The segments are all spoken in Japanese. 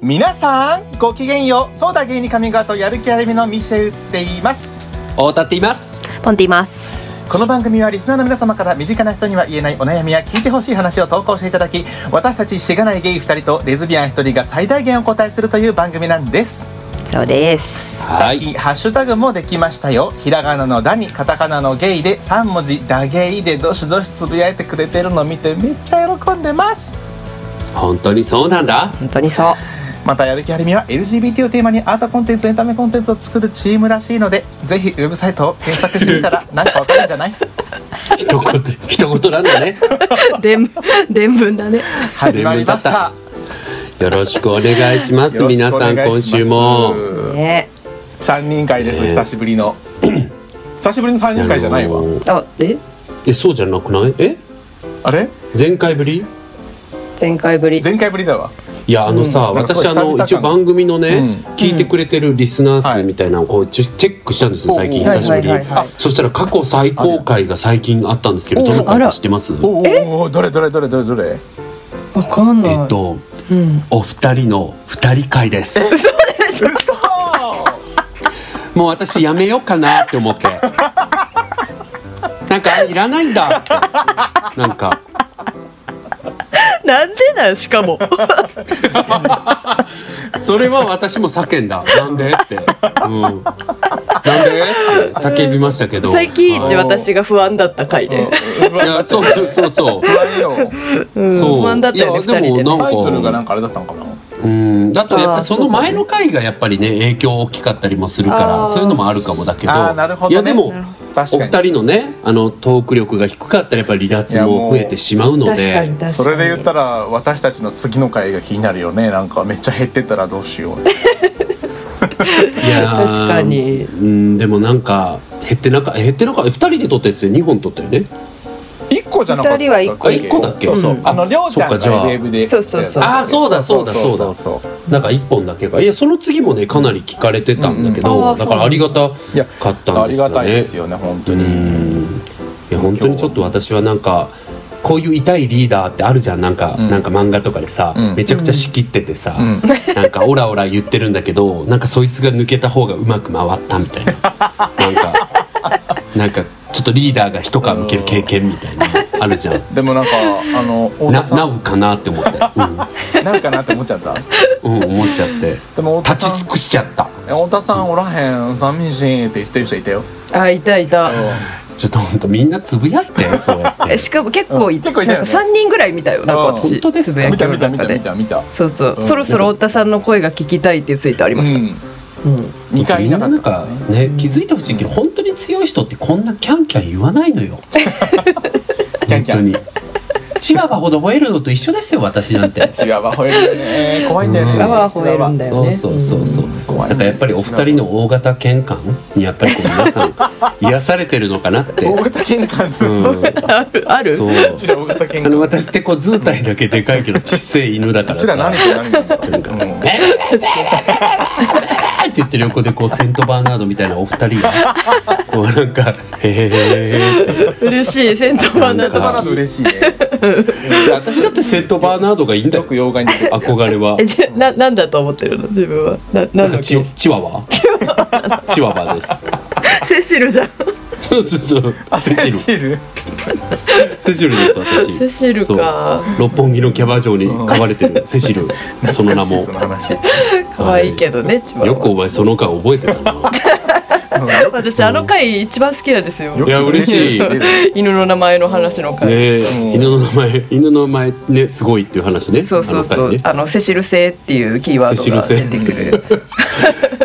皆さんごきげんようそうだ芸人神川とやる気ありみのミシェウって言います大田っていますポンティいます。この番組はリスナーの皆様から身近な人には言えないお悩みや聞いてほしい話を投稿していただき私たちしがないゲイ2人とレズビアン1人が最大限お答えするという番組なんですそうです。は最近ハッシュタグもできましたよひらがなの「ダ」にカタカナの「ゲイ」で3文字「ダゲイ」でどしどしつぶやいてくれてるの見てめっちゃ喜んでます本当にそうなんだ本当にそう。またやる気ありみは LGBT をテーマにアートコンテンツエンタメコンテンツを作るチームらしいのでぜひウェブサイトを検索してみたらなんかわかるんじゃない一 言一言なんだね伝伝文だね。始まりましたよろしくお願いしますよろしく皆おさ願いんし今ます週もね。 3人会ですね久しぶりの久しぶりの3人会じゃないわあのーあ、え、えそうじゃなくないえあれ前回ぶり前回ぶり。前回ぶりだわいやあのさ、うんなんかすごい私あ久々の感一応番組のね、う聞いてくれてるリスナー数みたいなのをこうちょチェックしたんですよ最近おうおう久しぶりに、はいはいはいはいあそしたら過去最高回が最近あったんですけどおうどの回あから知ってますおおーおーどれどれどれどれどれわかんない。えっとうん。お二人の二人会です嘘もう私やめようかなって思ってなんかあいらないんだってなんかなんでなん、しかも。それは私も叫んだなんでって、うん、なんでって叫びましたけど最近はい一私が不安だった回で。不い安だやったそうそうそうそう不安ようんそう不安だったよね、いや二人ででもね。タイトルがなんかあれだったのかなうん、だとやっぱりそあのーそうか前の回がやっぱりね影響大きかったりもするからあーそういうのもあるかもだけどあーなるほどねいやでもなるほどお確か二人のねあのトーク力が低かったらやっぱり離脱も増えてしまうの確かに、確でかに。それで言ったら私たちの次の回が気になるよねなんかめっちゃ減ってたらどうしよういやー確かにうんでもなんか減ってなか減ってなか二人で撮ったやつで2本撮ったよね一個じゃなかったっけ二人は一個あ一個だっけそうそううんあのりょうちゃそんがっかじゃあライブでそうそうそうあーそうだそうだそうだそうそうなんか1本だけかいやその次もねかなり聞かれてたんだけど、うんうんあーだからありがたいやかったあんでりすよがねたいですよね本当うにんいや本当にちょっと私はなんかこういう痛いリーダーってあるじゃんなんか、うんなんか漫画とかでさ、うんめちゃくちゃ仕切っててさ、うんなんかオラオラ言ってるんだけどなんかそいつが抜けた方がうまく回ったみたいななんかなんかちょっとリーダーが一皮むける経験みたいなあるじゃん。でもなんかあの太な田さなんうかなって思って、なるかなって思っちゃったうん、うん、思っちゃってでも太田立さんち尽くしちゃった太田さんおらへん寂しいって言ってる人いたよあ、いたいた。ちょっと本当みんなつぶやいてそうやっえ、てしかも結構い、うん結構いたなよんねか三人ぐらい見たよ。なんかうん私。本当ですかつぶや見きたの見た見中た見で。た見たそうそう、うんそろそろ太田さんの声が聞きたいっていうツイートありました。うんうん、2回みいんななかなっんたかね気づいてほしいけど本当に強い人ってこんなキャンキャン言わないのよ本当キャンキャンにチワワほど吠えるのと一緒ですよ私なんてチワワ吠えるよね怖いんだよねうんワワ吠えるんだよそうねそうそうそう怖いだからやっぱりお二人の大型喧嘩にやっぱりこう皆さん癒されてるのかなって大型喧嘩うのんあるある そううちら大型喧あ嘩のう私ってこう図体だけでかいけどちっせえ犬だからちら何さと何なんだなんかうん「えーって言ってる横でこうセントバーナードみたいなお二人がこうなんか「へへへへ」って嬉しいセントバナセントバナナード嬉しいね。いや私だってセントバーナードがいいんだ よよく洋画に出てくる。憧れはえじゃななんだと思ってるの自分はななんの毛チチワワチワワですセシルじゃんそうそうそうあ、セセシルシル。セシルです私セシルかそう六本木のキャバ嬢に飼われてるセシルその名も懐かしいその話。可愛いけどね千葉はよくお前その回覚えてたな私あの回一番好きなんですよよくいや嬉しいセシル出る犬の名前の話の回、ねうんえ犬の名前犬の名前ねすごいっていう話ねそうそうそあのうあの,、回ねセシル性っていうキーワードがセシ出ルてくる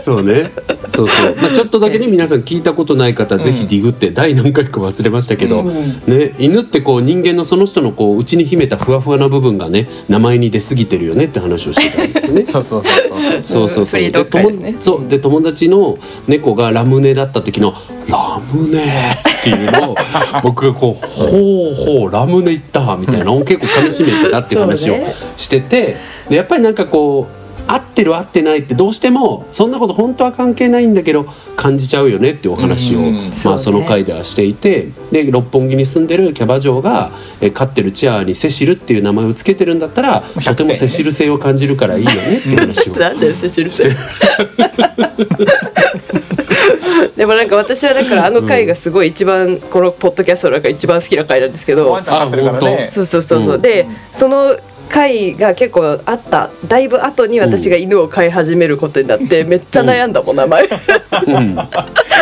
そうねそうそう、まあ、ちょっとだけね皆さん聞いたことない方ぜひディグって第何回か忘れましたけど、ね、犬ってこう人間のその人のこう内に秘めたふわふわな部分がね名前に出過ぎてるよねって話をしてたんですよ ね。そうそうそうそうそう。そうそうフそうリードッグですね友そうで友達の猫がラムネだった時の「ラムネ」っていう のを僕がこう「ほうほうラムネいった」みたいなのを結構かみしめてたっていう話をそうねしててでやっぱりなんかこう合ってる合ってないってどうしてもそんなこと本当は関係ないんだけど感じちゃうよねっていうお話を、うんまあ、そそうねの回ではしていてで六本木に住んでるキャバ嬢が、えー飼ってるチアにセシルっていう名前をつけてるんだったら、 100とてもセシル性を感じるからいいよねっていう 話を。なんだよセシルさんでもなんか私はだからあの回がすごい一番このポッドキャストの中で一番好きな回なんですけどワンちゃん飼ってるからねそうそうそうそう、うんでその回が結構あっただいぶ後に私が犬を飼い始めることにな って、めっちゃ悩んだもん名前うん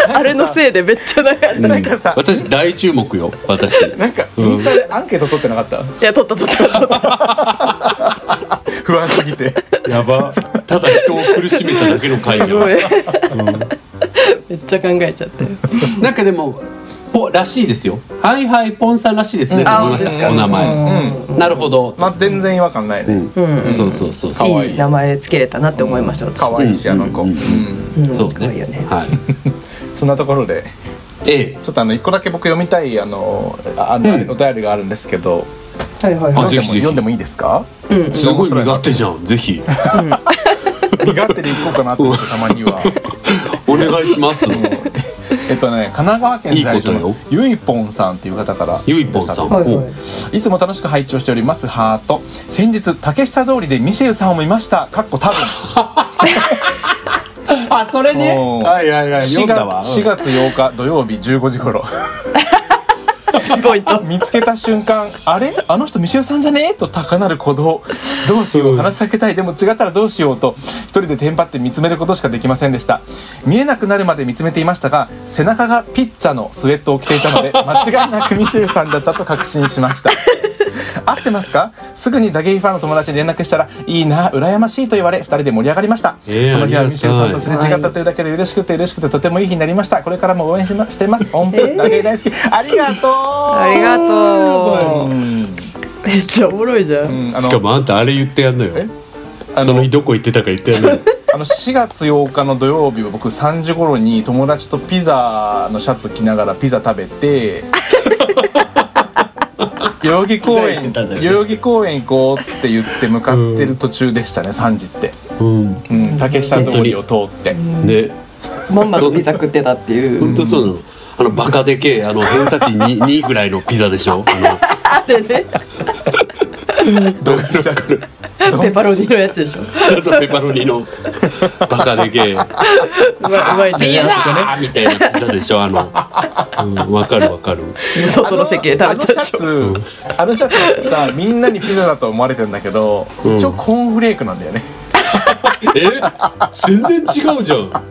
あれのせいでめっちゃ悩んだ、うんなんかさ私大注目よ私なんかインスタでアンケート取ってなかった、いや取った取った取った不安すぎてやばただ人を苦しめただけの会ごめん話、うん めっちゃ考えちゃってなんかでもポらしいですよはいはいポンさんらしいですねってあ思い本まし当ですか たお名前、うなるほど、まあ全然違和感ないうね、んうんそうそうそうかそうわいいいい名前つけれたなって思いました私可愛いし、うんあの子、うんうんそう可愛いねよねはいそんなところでええちょっとあの一個だけ僕読みたいあのあの、うんお便りがあるんですけどはいはいあはいぜ読ひんでぜひも読んでもいいですかうんうんすごい身勝手じゃんぜひ身勝手でいこうかなと思ってたま にはお願いし ますえっとね神奈川県在住いいことのよゆいぽんさんという方からゆいぽんさんはいはいおいつも楽しく拝聴しておりますハート先日竹下通りでミシェルさんを見ましたかっこ多分あそれねおーはいはいはい読4んだわ月4月8日土曜日15時頃ポイント見つけた瞬間「あれあの人ミシェルさんじゃねえ?」と高鳴る鼓動どうしよう話しかけたいでも違ったらどうしようと一人でテンパって見つめることしかできませんでした見えなくなるまで見つめていましたが背中がピッツァのスウェットを着てい たので間違いなくミシェルさんだったと確信しました合ってますかすぐにダゲイファンの友達に連絡したら「いいな羨ましい」と言われ2人で盛り上がりました、ええその日ありがはたいミシェルさんとすれ違ったというだけで嬉しくて嬉しくてとてもいい日になりましたこれからも応援しましてます音符、ダゲイ大好きありがとうありがとううんめっちゃおもろいじゃん、うんあしかのもあんたあれ言ってやんのよえあそのの日どこ行ってたか言ってやん のよあの4月8日の土曜日は僕3時頃に友達とピザのシャツ着ながらピザ食べ て代々木公園代々木公園行こうって言って向かってる途中でしたね3時って、うんうん、竹下通りを通って ねまんまとピザ食ってたっていう本当そうなの。あのバカでけえあの偏差値 2, 2ぐらいのピザでしょ。あ あれねのどうかしくる。ペパロニのやつでしょうちょっとペパロニのバカでけえまいうまいピねザーみたいなピザでしょ。あのうんわ、かるわかる。 外の席であ食のシべたでャしょツあのシャツさみんなにピザだと思われてんだけど、うん一応コーンフレークなん だよねえ全然違うじゃん。ピザにし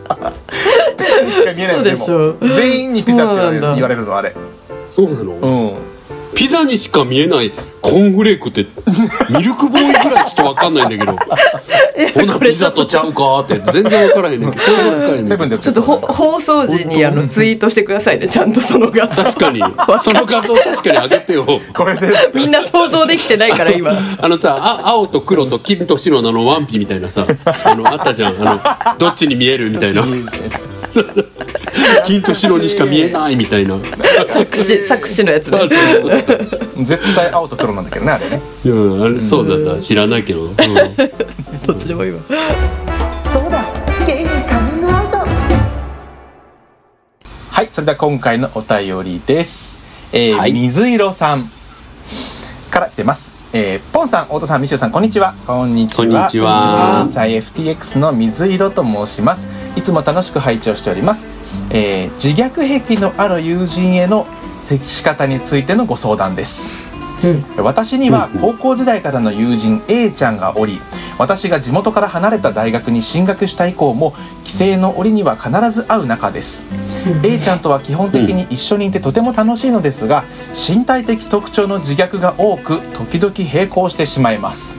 か見えないのでもそうでしょ全員にピザって言われるそうなんだ言われるのあれそうなの。うんピザにしか見えないコーンフレークってミルクボーイぐらいちょっとわかんないんだけど。ほなこれピちょザっととちゃうかって全然わからへんねんけど。想像つかへんねんセブンで売ってちょるっとほ放送時にあのツイートしてくださいね ちゃんとその画像確かにその画像確かにあげてよ。これですみんな想像できてないから今あのさあ青と黒と金と白のあのワンピみたいなさあのあったじゃんあのどっちに見えるみたい な金と白にしか見えないみたいな 作詞 作詞のやつで絶対青と黒なんだけどねあれねうんあれそうなんだ知らないけど、うんどっちでもいいわそうだゲイにカミングアウトはいそれでは今回のお便りです、えーはい水色さんから来てますえー、ポンさん、太田さん、ミシューさん、こんにちは。こんにちは。こんにちは24歳 FTX の水色と申します。いつも楽しく拝聴しております。えー、自虐癖のある友人への接し方についてのご相談です。うん私にはうんうん高校時代からの友人 A ちゃんがおり私が地元から離れた大学に進学した以降も帰省の折には必ず会う仲です A ちゃんとは基本的に一緒にいてとても楽しいのですが身体的特徴の自虐が多く時々並行してしまいます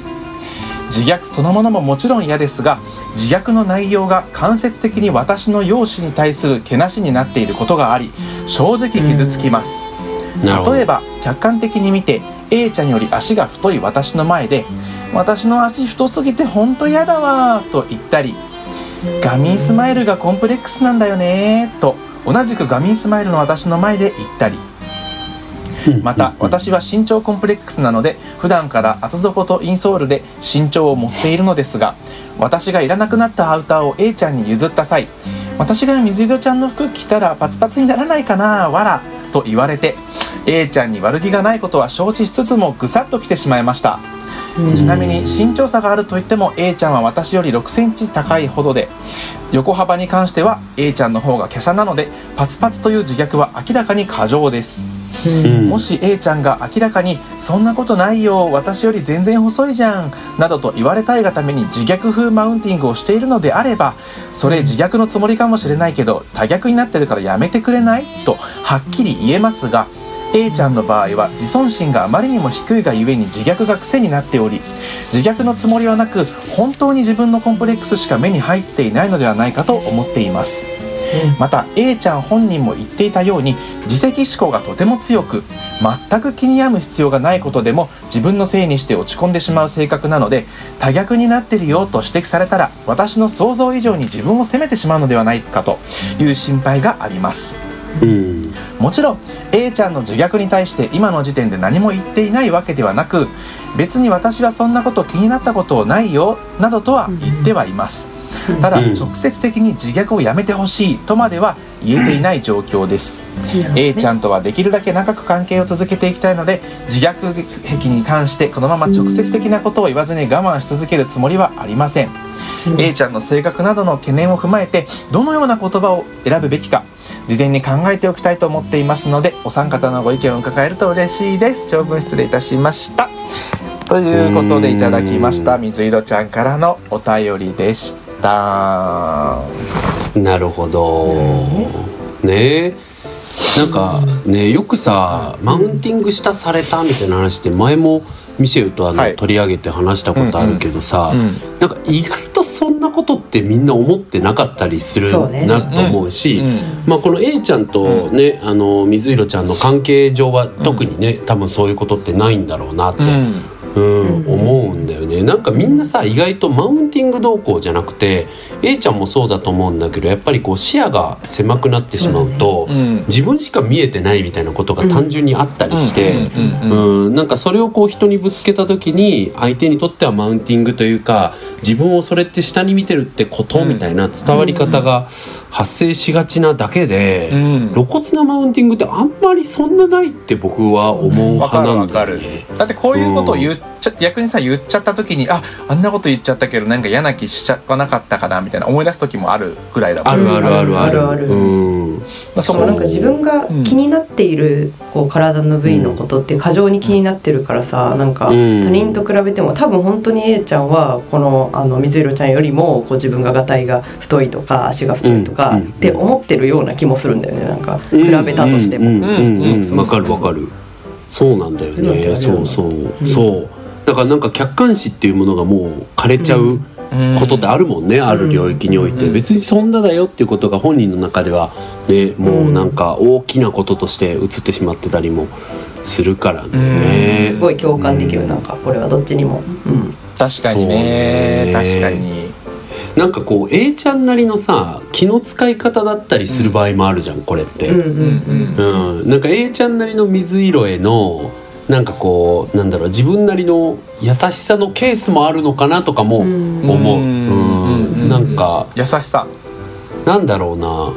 自虐そのものももちろん嫌ですが自虐の内容が間接的に私の容姿に対するけなしになっていることがあり正直傷つきます、なるほど例えば客観的に見て A ちゃんより足が太い私の前で「私の足太すぎてほんと嫌だわ」と言ったり「ガミースマイルがコンプレックスなんだよね」と同じくガミースマイルの私の前で言ったりまた私は身長コンプレックスなので普段から厚底とインソールで身長を持っているのですが私がいらなくなったアウターを A ちゃんに譲った際私が水色ちゃんの服着たらパツパツにならないかなわらと言われて A ちゃんに悪気がないことは承知しつつもぐさっと来てしまいましたちなみに身長差があるといっても A ちゃんは私より6センチ高いほどで横幅に関しては A ちゃんの方が華奢なのでパツパツという自虐は明らかに過剰ですうんもし A ちゃんが明らかに「そんなことないよ私より全然細いじゃん」などと言われたいがために自虐風マウンティングをしているのであればそれ自虐のつもりかもしれないけど多虐になってるからやめてくれないとはっきり言えますが A ちゃんの場合は自尊心があまりにも低いがゆえに自虐が癖になっており自虐のつもりはなく本当に自分のコンプレックスしか目に入っていないのではないかと思っています。また A ちゃん本人も言っていたように自責思考がとても強く全く気に病む必要がないことでも自分のせいにして落ち込んでしまう性格なので多逆になってるよと指摘されたら私の想像以上に自分を責めてしまうのではないかという心配があります。うんもちろん A ちゃんの自虐に対して今の時点で何も言っていないわけではなく別に私はそんなこと気になったことないよなどとは言ってはいます、うんただうん直接的に自虐をやめてほしいとまでは言えていない状況です、A ちゃんとはできるだけ長く関係を続けていきたいので自虐癖に関してこのまま直接的なことを言わずに我慢し続けるつもりはありません A ちゃんの性格などの懸念を踏まえてどのような言葉を選ぶべきか事前に考えておきたいと思っていますのでお三方のご意見を伺えると嬉しいです長文失礼いたしましたということでいただきました水色ちゃんからのお便りでしたなるほどねえなんかねよくさマウンティングしたされたみたいな話って前もミシェルとあの、はい取り上げて話したことあるけどさ、うんなんか意外とそんなことってみんな思ってなかったりするそうねなと思うし。うんまあ、この A ちゃんと、ねあの水色ちゃんの関係上は特にね、多分そういうことってないんだろうなって、うんうんうん思うんだよねなんかみんなさ意外とマウンティング動向じゃなくて A ちゃんもそうだと思うんだけどやっぱりこう視野が狭くなってしまうとうん自分しか見えてないみたいなことが単純にあったりして。うんうんうん、なんかそれをこう人にぶつけた時に相手にとってはマウンティングというか自分をそれって下に見てるってことうんみたいな伝わり方が発生しがちなだけで、うん露骨なマウンティングってあんまりそんなないって僕は思う派なんだよわかるね。だってこういうことを言っちゃ逆にさ言っちゃった時にああんなこと言っちゃったけどなんか嫌な気しちゃわなかったかなみたいな思い出す時もあるぐらいだもんあるあるあるうんあるある。あるうん、そそうこなんか自分が気になっているこう体の部位のことって過剰に気になってるからさなんかう他ん人と比べても多分本当に A ちゃんはこのあの水色ちゃんよりもこう自分ががたいが太いとか足が太いとうかんうっんて思ってるような気もするんだよねなんか比べたとしても。うんうんうんそうそうそうわかるわかるそうなんだよなんだよねねそうそう、うんそうだからなんか客観視っていうものがもう枯れちゃう、うんことってあるもんね、ある領域において、うん別にそんなだよっていうことが本人の中ではねもうなんか大きなこととして映ってしまってたりもするからね、すごい共感できるなんなかこれはどっちにも、うん確かにそうねね確かになんかこう A ちゃんなりのさ気の使い方だったりする場合もあるじゃんこれって、うんううんんうんなんか A ちゃんなりの水色へのなんかこうなんだろう自分なりの優しさのケースもあるのかなとかもう思んう、ううんんうんなんか優しさなんだろうな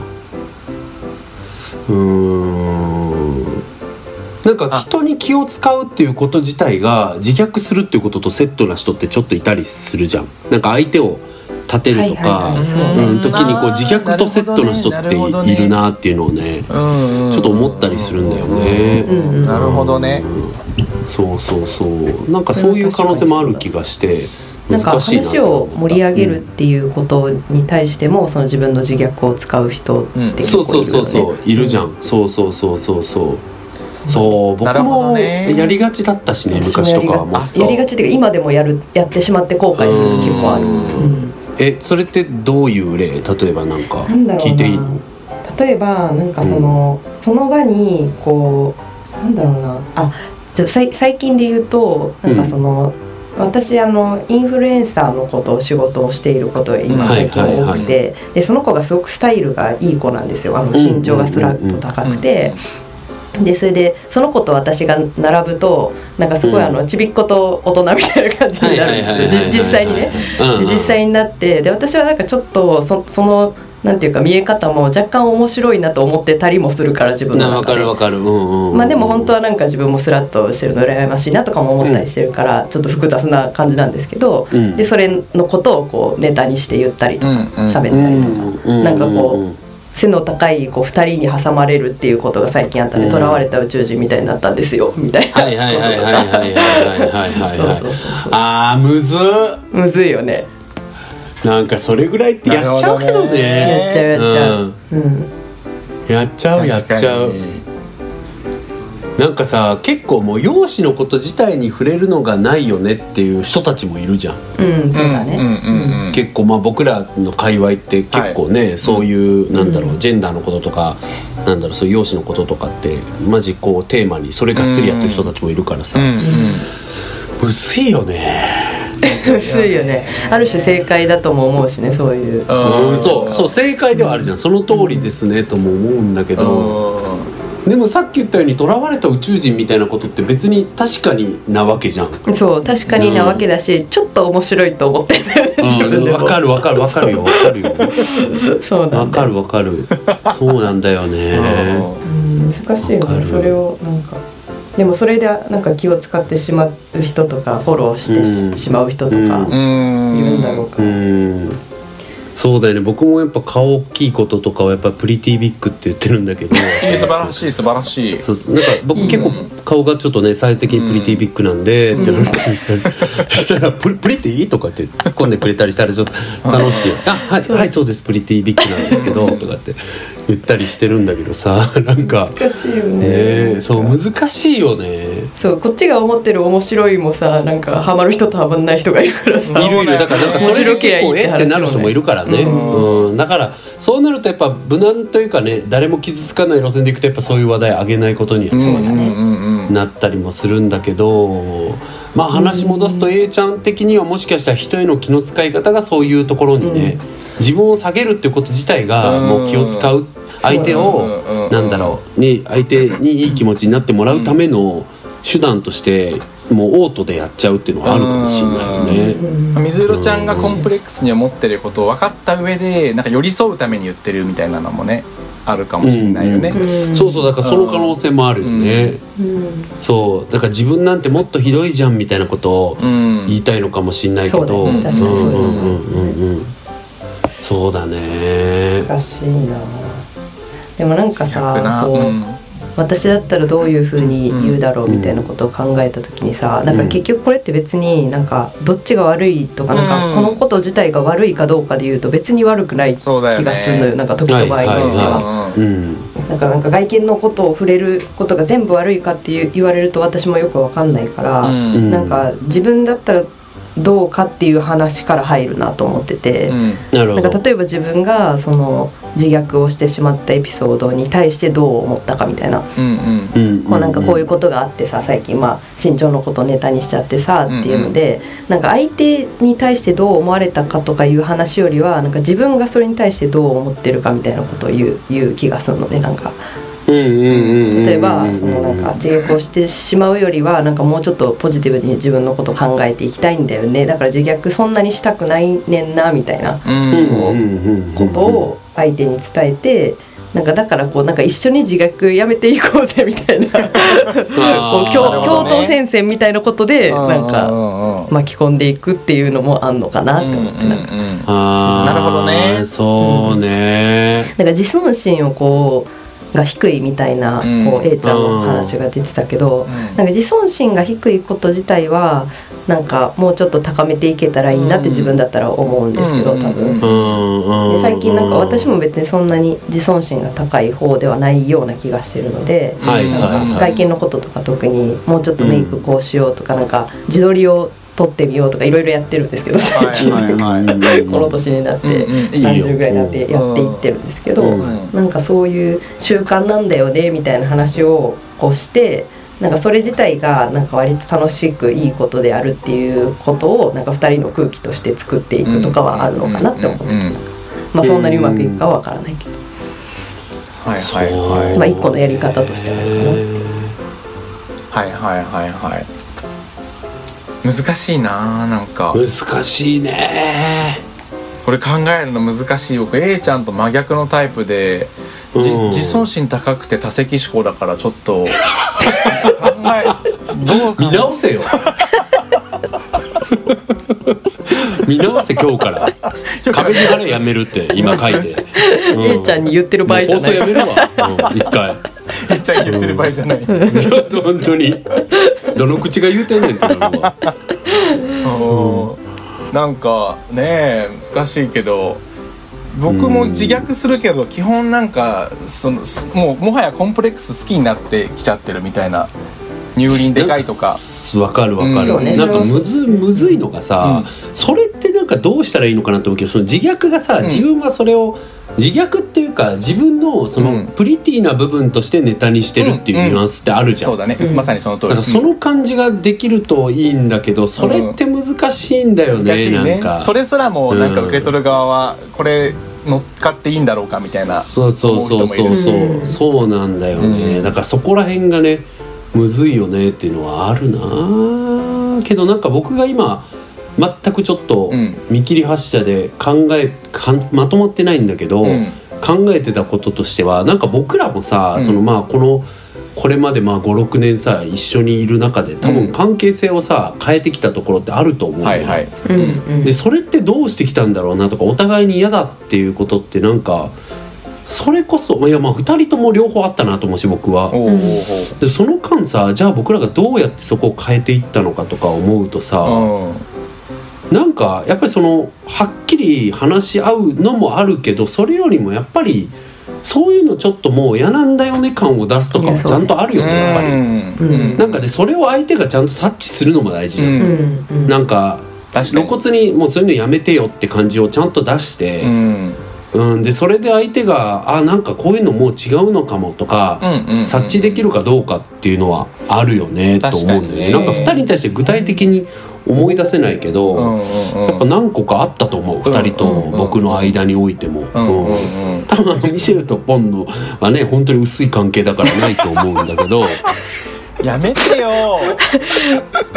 うーんなんかあ人に気を使うっていうこと自体が自虐するっていうこととセットな人ってちょっといたりするじゃんなんか相手を立てるとか、はいはいはいそううん、時にこう自虐とセットな人っていいるなっていうのをねちょちょっと思ったりするんだよねうんうんなるほどねうんそうそうそうなんかそういう可能性もある気がしてなんか難しいな話を盛り上げるっていうことに対しても、その自分の自虐を使う人って結そう構そいうるそようねそういるじゃん、そうそうそうそうそうそう僕なるほどもねやりがちだったしね私も昔とかはもうあそうやりがちっていうか今でもやるやってしまって後悔する時もある、うんえそれってどういう例例えばなんかなんだろうな聞いていいの例えばなんかその、その場にこうなんだろうなあじゃあさい最近で言うとなんかその、私あのインフルエンサーのことを仕事をしていることがうん今最近はいはい多はくいて、でその子がすごくスタイルがいい子なんですよあの身長がスラッと高くて、でそれでその子と私が並ぶとなんかすごいあの、ちびっ子と大人みたいな感じになるんですよじ実際にね。で実際になってで私はなんかちょっとそそのなんていうか見え方も若干面白いなと思ってたりもするから自分のわ中かでるわかる、うんうん、まあでも本当はなんか自分もスラッとしてるの羨ましいなとかも思ったりしてるから、ちょっと複雑な感じなんですけど、うんでそれのことをこうネタにして言ったりとか喋ったりとか、なんかこう背の高いこう2人に挟まれるっていうことが最近あったんうでん囚われた宇宙人みたいになったんですよみたいなはいはいはいはいはいはいはいはいそうはいそうそうそうあーむずっむずいよねなんかそれぐらいってやっちゃうけどなるねやっちゃうやっちゃう、うんうんやっちゃうやっちゃうなんかさ結構もう容姿のこと自体に触れるのがないよねっていう人たちもいるじゃん、うんそうだね、結構まあ僕らの界隈って結構ね、そういう、なんだろうジェンダーのこととかなんだろうそういう容姿のこととかってマジこうテーマにそれがっつりやってる人たちもいるからさ、薄いよね、薄いよねある種正解だとも思うしねそういううんそうそう正解ではあるじゃんその通りですねとも思うんだけど、でもさっき言ったようにとらわれた宇宙人みたいなことって別に確かになわけじゃん、うん、そう確かになわけだし、ちょっと面白いと思ってる自分でもわかるわかるわかるよわかる よそうなわんだかるわかるそうなんだよねうん難しいよわかねるそれをなんかでもそれでなんか気を使ってしまう人とかフォローしてし,、うんまう人とかういるんだろううか、んそうだよね僕もやっぱ顔大きいこととかはやっぱプリティビッグって言ってるんだけどいい素晴らしい素晴らしいそうそうなんか僕結構顔がちょっとねサイズ的にプリティビッグなんで、ってなんかしたらプリ「プリティ?」とかって突っ込んでくれたりしたらちょっと楽しい「あはいはいそうですプリティビッグなんですけど」とかって言ったりしてるんだけどさなんか難しいよねねそう難しいよね。そうこっちが思ってる面白いもさなんかハマる人とハマんない人がいるからさいるいるだからなんかそれで結構えってなる人もいるからね、うんうん、だからそうなるとやっぱ無難というかね誰も傷つかない路線でいくとやっぱそういう話題上げないことにはなったりもするんだけどまあ話戻すと A ちゃん的にはもしかしたら人への気の使い方がそういうところにね、自分を下げるっていうこと自体がもう気を使う相手をなんだろうに相手にいい気持ちになってもらうための手段としてもうオートでやっちゃうっていうのはあるかもしれないよね。うん水色ちゃんがコンプレックスに思ってることを分かった上でなんか寄り添うために言ってるみたいなのもねあるかもしれないよね。うんそうそうだからその可能性もあるよね、うんそうだから自分なんてもっとひどいじゃんみたいなことをうん言いたいのかもしれないけどそうだね確かにそうだねんうんうんうんそうだね難しいなでもなんか逆なさこうう、ん私だったらどういうふうに言うだろうみたいなことを考えた時にさ、なんか結局これって別になんかどっちが悪いとかなんかうこんのこと自体が悪いかどうかで言うと別に悪くない気そうだよねがするのよなんか時と場合によっては。はいはいはううんんだからなんか外見のことを触れることが全部悪いかっていう言われると私もよくわかんないから、うんなんか自分だったらどうかっていう話から入るなと思ってて。うんなるほなんかど例えば自分がその自虐をしてしまったエピソードに対してどう思ったかみたいなうんうんこうなんかこういうことがあってさ最近まあ身長のことをネタにしちゃってさっていうのでなんか相手に対してどう思われたかとかいう話よりはなんか自分がそれに対してどう思ってるかみたいなことを言う言う気がするのでなんかうんうんうんうん例えばそのなんか自虐をしてしまうよりはなんかもうちょっとポジティブに自分のこと考えていきたいんだよねだから自虐そんなにしたくないねんなみたいなうんううんうんんうんうんことを相手に伝えてなんかだからこうなんか一緒に自学やめていこうぜみたいなこあーなるほう共ど共ね闘戦線みたいなことでなんうかんうん巻き込んでいくっていうのもあんのかなって思ってなんかうんあーなるほどねそうね、なんか自尊心をこうが低いみたいなうんこう A ちゃんの話が出てたけどうんなんか自尊心が低いこと自体はなんかもうちょっと高めていけたらいいなって自分だったら思うんですけどうん多う分。んうんで最近なんか私も別にそんなに自尊心が高い方ではないような気がしてるので、はいはいなはんいか外見のこととか特にもうちょっとメイクこうしようとか、なんか自撮りを撮ってみようとかいろいろやってるんですけど最近、はいはいはい この年になって、うんうんいいよ30ぐらいになってやっていってるんですけど、うんなんかそういう習慣なんだよねみたいな話をこうして。なんかそれ自体がなんか割と楽しくいいことであるっていうことをなんか2人の空気として作っていくとかはあるのかなって思ってうんうんうんまあそんなにうまくいくかはわからないけど。はいはいはいまあ一個のやり方としてなのかなはいはいはいはい難しいななんか難しいねこれ考えるの難しい僕 A ちゃんと真逆のタイプで、じうん自尊心高くて多席思考だからちょっと考えどう見か直せよ見直せ今日から壁に腹やめるって今書いて、 う A ちゃんに言ってる場合じゃなもう放送いやめるわ、うん一回めっちゃ言ってる場合じゃないちょっと本当にどの口が言うてんねんってなるわうんなんかねえ難しいけど僕も自虐するけど基本なんかそのすもうもはやコンプレックス好きになってきちゃってるみたいな乳輪でかいとかわかるわかる、うんそうねなんかむずむずいのがさ、それってなんかどうしたらいいのかなと思うけどその自虐がさ、ん自分はそれを自虐っていうか自分のそうのんプリティな部分としてネタにしてるっていうニュアンスってあるじゃん、そうだね、まさにその通だりからその感じができるといいんだけどそれって難しいんだようんね、難しいねなんかそれすらもなんかうん受け取る側はこれ乗っかっていいんだろうかみたいなそうそうそうそうそう、思う人もいるしそうなんだよね、うんだからそこら辺がねむずいよねっていうのはあるなあけどなんか僕が今全くちょっとうん見切り発車で考えかんまとまってないんだけど、うん考えてたこととしてはなんか僕らもさ、うんそのまあこのこれまでまあ56年さ一緒にいる中で多うん分関係性をさ変えてきたところってあると思うのよはいはいうんうんでそれってどうしてきたんだろうなとかお互いに嫌だっていうことってなんかそれこそいやまあ2人とも両方あったなと思うし僕は。おうおうでその間さじゃあ僕らがどうやってそこを変えていったのかとか思うとさ、おううんなんかやっぱりそのはっきり話し合うのもあるけどそれよりもやっぱりそういうのちょっともう嫌なんだよね感を出すとかもちゃんとあるよねやっぱり。うんうんなんかでそれを相手がちゃんと察知するのも大事じゃん。うんうんうんなんか確か露に骨にもうそういうのやめてよって感じをちゃんと出して、うんうん、でそれで相手があなんかこういうのもう違うのかもとうか、んうんうん察知できるかどうかっていうのはあるよねと思うんだよね確かなにねんか2人に対して具体的に思い出せないけど、うやんうんうんっぱ何個かあったと思う、2人と僕の間においても。うんうんうんうん多分あのミシェルとポンのはね本当に薄い関係だからないと思うんだけ どやめてよ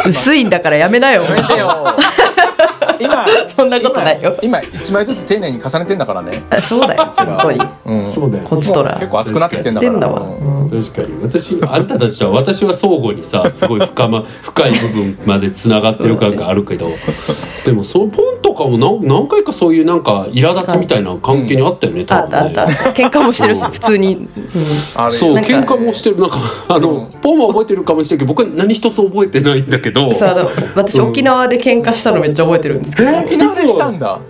薄いんだからやめ なよやめてよ 今そんなことないよ今今一枚ずつ丁寧に重ねてんだからね、そうだよ本当にうん、そうだよこっちとら結構熱くなってきてんだから言ってんだわうん確かに私あんたたちとは私は相互にさすごい深,、ま、深い部分までつながってる感があるけどでもそのポンとかも何何回かそういうなんか苛立ちみたいな関係にあったよねあ多ったあ分ったね。喧嘩もしてるし普通にあるそうよね喧嘩もしてるなんかあうんのポンは覚えてるかもしれないけど僕は何一つ覚えてないんだけどさあ私沖縄で喧嘩したのめっちゃ覚えてるんですけど沖縄でしたんだ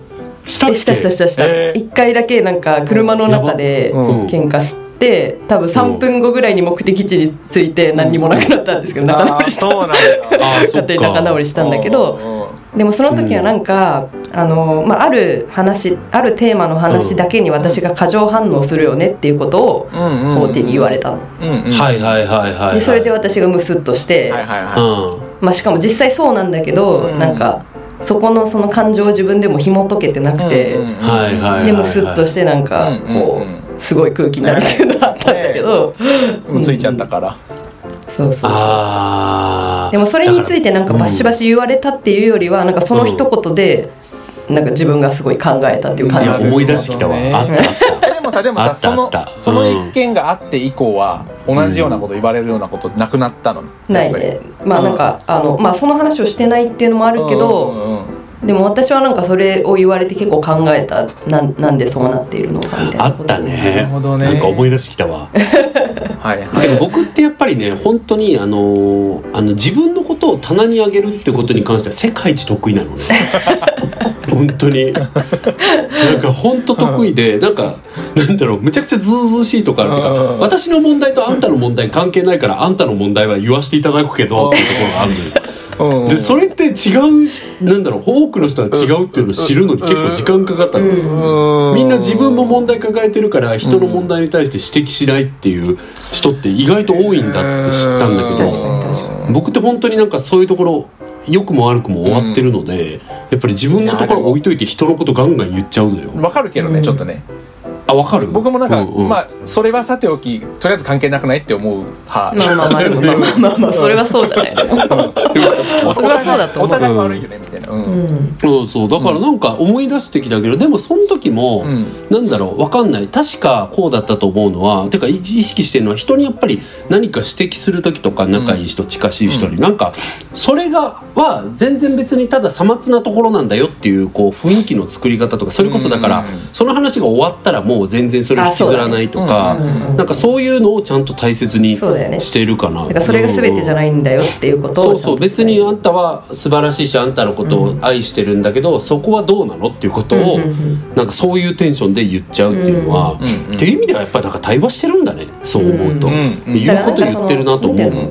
したっえけしたしたしたした、えー1回だけなんか車の中でやばうん喧嘩して多分3分後ぐらいに目的地に着いて何にもなくなったんですけど仲直ありーしたそうなんだあーそ勝っ手に仲直りかしたんだけどでもその時はなんか、あのまあ、ある話あるテーマの話だけに私が過剰反応するよねっていうことをうんうんうん大手に言われたの。うんうんはいはいはいはいはいでそれで私がムスッとして、はいはいうんはまあ、しかも実際そうなんだけど、うんなんかそこのその感情を自分でも紐解けてないくて、うんうんうんはいはいでムスッとしてなんかうんうんこうんうすごい空気になるっていうのがあったんだけど、もうついちゃったからそうそうそうあーでもそれについてなんかバシバシ言われたっていうよりはなんかその一言でなんか自分がすごい考えたっていうい感やじ思い出してきたわなるあほっどたあったえでもさでもあっさたそあのったそのうん一件があって以降は同じようなこと言われるようなことなくなったのないねまあなんかあのまあその話をしてないっていうのもああるけどでも私はなんかそれを言われて結構考えたなんなんでそうなっているのかみたいあなっことたねなるほどねなんか思い出してきた わはいはでもい僕ってやっぱりね本当にあのーあの自分のことを棚に上げるってことに関しては世界一得意なの ね本当になんか本当得意でなんかなんだろうむちゃくちゃずうずうしいとかあるっていうかうん私の問題とあんたの問題関係ないからあんたの問題は言わせていただくけどっていうところがあるのようんでそれって違うなんだろう多くの人は違うっていうのを知るのに結構時間かかったのうんうみんな自分も問題抱えてるから人の問題に対して指摘しないっていう人って意外と多いんだって知ったんだけ確かどに確か僕って本当になんかそういうところ良くも悪くも終わってるので、やっぱり自分のところ置いといて人のことガンガン言っちゃうのよ。わかるけどね、うんちょっとねあわかる僕もなんか、ううまあそれはさておきとりあえず関係なくないって思う派まあまあまあでもまあまあまあまあそれはそうじゃないでもおそれはそうだと思うお互い悪いよねみたいなう ん、ううんんそうそうだからなんか思い出してきたけど、でもその時も、なんだろうわかんない確かこうだったと思うのはてか意識してるのは人にやっぱり何か指摘する時とか仲いい人、近しい人に、うなんかそれがは全然別にたださまつなところなんだよっていうこう雰囲気の作り方とかそれこそだから、うんうんうんその話が終わったらもう全然それ引きずらないとあか、そうだねうんうんなんかそういうのをちゃんと大切にそうだよねしてるかな。なんかそれが全てじゃないんだよっていうことそをうちゃんそうと伝える別にあんたは素晴らしいしあんたのことを愛してるんだけど、そこはどうなのっていうことを、うんうんうんなんかそういうテンションで言っちゃうっていうのは、うんうんっていう意味ではやっぱりなんか対話してるんだねそう思うと、ううんうん言うこと言ってるなと思うも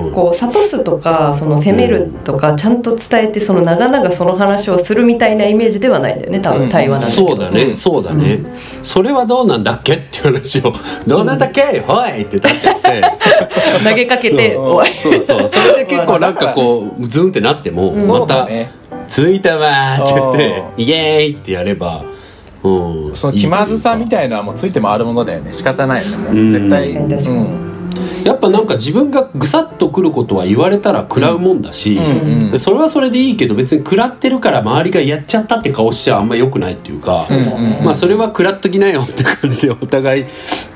んうんこう諭すとかその責めるとかちゃんと伝えてその長々その話をするみたいなイメージではないんだよね多うん分対話なんだけど、そうだね、うんそうだね、それはどうなんだっけって話を「どうなんだっけほい!」って出してって投げかけて終わりそうそうそれで結構なんかこうズンってなってもそまうだたね「ついたわ」って言ってあ「イエーイ!」ってやれば、うん、その気まずさみいたいなのはもうついて回るものだよね仕方ないよねもううん絶対確かに確かにうんいやっぱなんか自分がぐさっとくることは言われたら食らうもんだし、うんうんでそれはそれでいいけど別に食らってるから周りがやっちゃったって顔しちゃあんま良くないっていうか、うんまあそれは食らっときなよって感じでお互い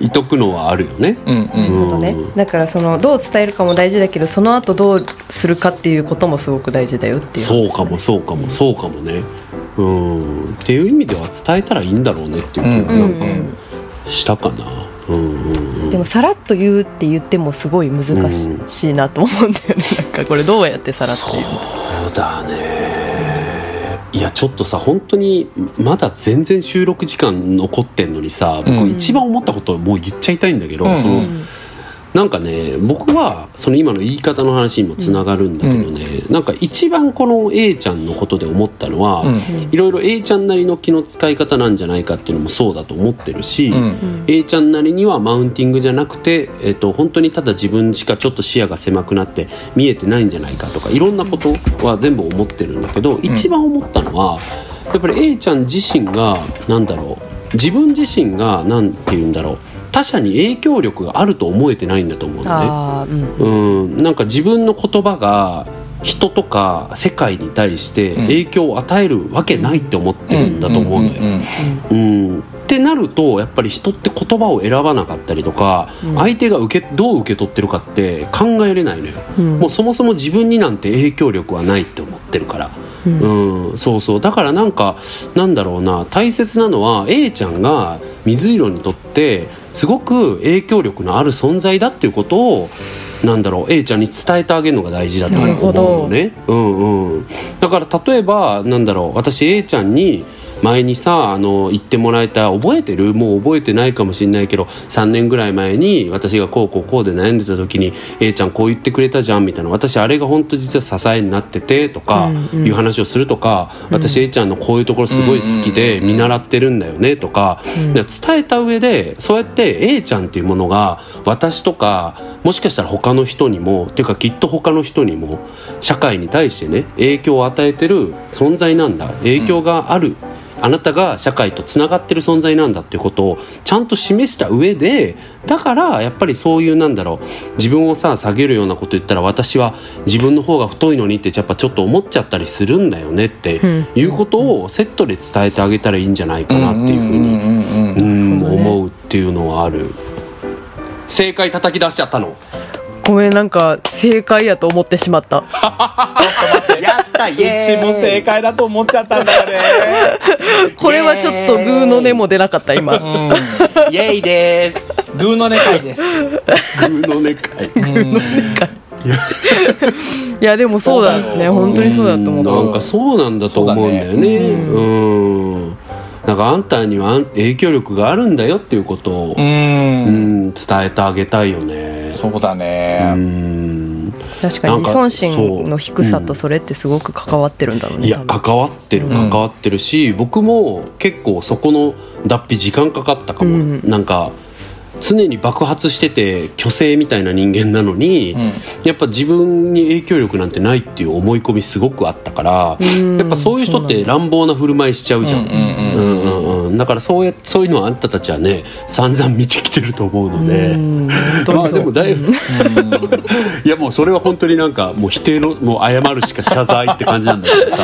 いとくのはあるよね。うんうんうんなるほどねだからそのどう伝えるかも大事だけどその後どうするかっていうこともすごく大事だよっていうそうかもそうかもそうかもね。うんっていう意味では伝えたらいいんだろうねっていう気がなんかうんしたかな。うんうんうんでもさらっと言うって言ってもすごい難しうしいなと思うんだよねなんかこれどうやってさらっと言うそうだねいやちょっとさ本当にまだ全然収録時間残ってんのにさ僕うん一番思ったことをもう言っちゃいたいんだけど、うんそのうんなんかね僕はその今の言い方の話にもつながるんだけどね、なんか一番この A ちゃんのことで思ったのは、うんいろいろ A ちゃんなりの気の使い方なんじゃないかっていうのもそうだと思ってるし、うんうん A ちゃんなりにはマウンティングじゃなくて、えっと本当にただ自分しかちょっと視野が狭くなって見えてないんじゃないかとかいろんなことは全部思ってるんだけど一番思ったのはやっぱり A ちゃん自身がなんだろう自分自身がなんて言うんだろう他者に影響力があると思えてないんだと思うのね。ああうんうん、なんか自分の言葉が人とか世界に対して影響を与えるわけないって思ってるんだと思うのよ。んうん、ってなるとやっぱり人って言葉を選ばなかったりとか、うん相手が受けどう受け取ってるかって考えれないのよ、うんもうそもそも自分になんて影響力はないって思ってるから、うんうん、そうそうだからなんかなんだろうな大切なのは A ちゃんが水色にとってすごく影響力のある存在だっていうことをなんだろう A ちゃんに伝えてあげるのが大事だとなる思ほうどのね、うんうん、だから例えばなんだろう私 A ちゃんに前にさあの言ってもらえた覚えてるもう覚えてないかもしれないけど3年ぐらい前に私がこうこうこうで悩んでた時に A ちゃんこう言ってくれたじゃんみたいな私あれが本当実は支えになっててとかうんうんいう話をするとか、私 A ちゃんのこういうところすごい好きで見習ってるんだよねとか,、で伝えた上でそうやって A ちゃんっていうものが私とかもしかしたら他の人にもっていうかきっと他の人にも社会に対してね影響を与えてる存在なんだ影響がある、あなたが社会とつながってる存在なんだっていうことをちゃんと示した上でだからやっぱりそういうなんだろう自分をさ下げるようなこと言ったら私は自分の方が太いのにってやっぱちょっと思っちゃったりするんだよねってうんいうことをセットで伝えてあげたらいいんじゃないかなっていうふうにうんうんうんなるほどね思うっていうのはある正解叩き出しちゃったのごめんなんか正解やと思ってしまったやったイエうちも正解だと思っちゃったんだよねこれはちょっとグーの根も出なかった今う ーイイエイ ですんグーの音会ですグーの根会いやでもそうだね本当にそうだと思ったなんかそうなんだと思うんだよそうねうんなんかあんたには影響力があるんだよっていうことを、ううんん伝えてあげたいよねそうだうねん確かに自尊心の低さとそれってすごく関わってるんだろうねいや多分関わってる関んわってるし、僕も結構そこの脱皮時間かかったかも、うんなんか常に爆発してて虚勢みたいな人間なのに、うんやっぱ自分に影響力なんてないっていう思い込みすごくあったから、んやっぱそういう人って乱暴な振る舞いしちゃうじゃん。うんうんうんうんうんだからそうやそういうのはあんたたちはね散々見てきてると思うので、うんまあでもだいぶうん いやもうそれは本当になんかもう否定のもう謝るしか謝罪って感じなんだけどさ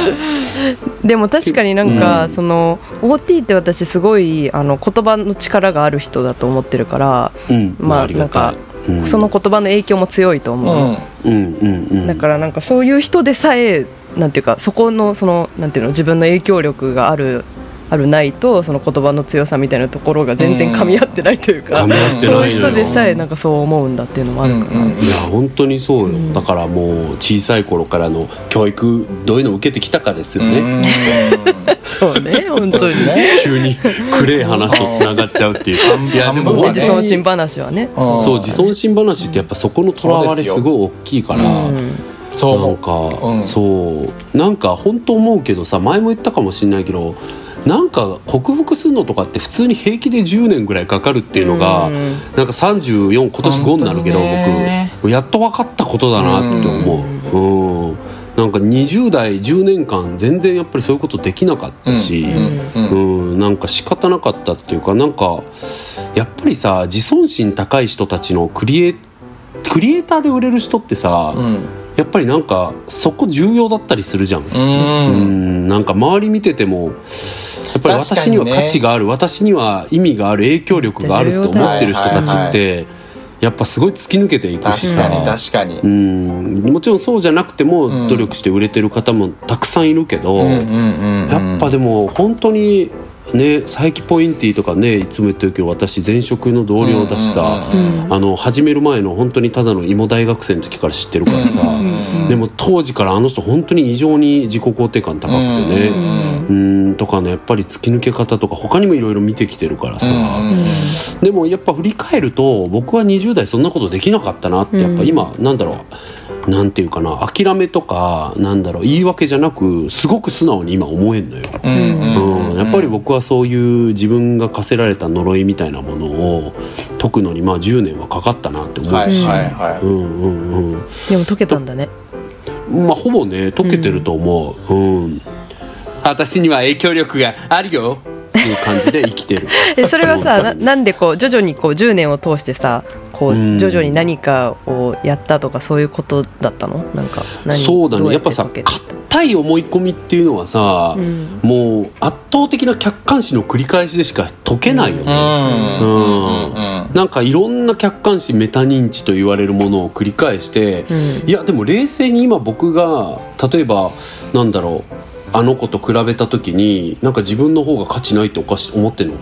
でも確かになんか、うんその OT って私すごいあの言葉の力がある人だと思ってるから、うんまありがたいうんその言葉の影響も強いと思う、うんうんうんうんだからなんかそういう人でさえなんていうかそこのそのなんていうの自分の影響力があるあるないとその言葉の強さみたいなところが全然噛み合ってないというか、噛み合ってそうないいうの人よでさえなんかそう思うんだっていうのもあるから、うんいや本当にそうよ、うんだからもう小さい頃からの教育どういうのを受けてきたかですよね、そうね本当に ね急に暗い話とつながっちゃうっていういやでも半分本は当ね自に尊心話はねうんそう自尊心話ってやっぱそこのとらわれすごい大きいから、うんそうな思んうか、うんそうなんか本当思うけどさ前も言ったかもしれないけどなんか克服するのとかって普通に平気で10年ぐらいかかるっていうのが、うんなんか34今年5になるけど、本当にね僕やっと分かったことだなって思ううん、なんか20代10年間全然やっぱりそういうことできなかったし、うんううんん、なんか仕方なかったっていうかなんかやっぱりさ自尊心高い人たちのクリエクリエイターで売れる人ってさ、やっぱりなんかそこ重要だったりするじゃん。うんううんんなんか周り見ててもやっぱり私には確かにね価値がある、私には意味がある影響力があると思ってる人たちってやっぱすごい突き抜けていくし確かにさ。確かにうんもちろんそうじゃなくてうもん努力して売れてる方もたくさんいるけど、うんうんうんやっぱでも本当にね佐伯ポインティとかねいつも言ってるけど私前職の同僚だしさ、うんうんあの始める前の本当にただの芋大学生の時から知ってるからさ、うんでも当時からあの人本当に異常に自己肯定感高くてうね。んうんとかねやっぱり突き抜け方とか他にもいろいろ見てきてるからさ、うんでもやっぱ振り返ると僕は20代そんなことできなかったなってやっぱ今、なんだろうなんていうかな諦めとかなんだろう言い訳じゃなくすごく素直に今思えんのよ。うんうんうん、やっぱり僕はそういう自分が課せられた呪いみたいなものを解くのにまあ10年はかかったなって思はういし、はいはういんうんうんでも解けたんだねまあほぼね解けてると思う、うん私には影響力があるよっていう感じで生きてるえそれはさななんでこう徐々にこう10年を通してさこうんう徐々に何かをやったとかそういうことだったのなんか 何そうだどねややっってぱさ解け硬い思い込みっていうのはさ、うんもう圧倒的な客観視の繰り返しでしか解けないよね、うんうんうんなんかいろんな客観視メタ認知と言われるものを繰り返して、うんいやでも冷静に今僕が例えばなんだろうあの子と比べた時になんか自分の方が価値ないっておかし思ってるの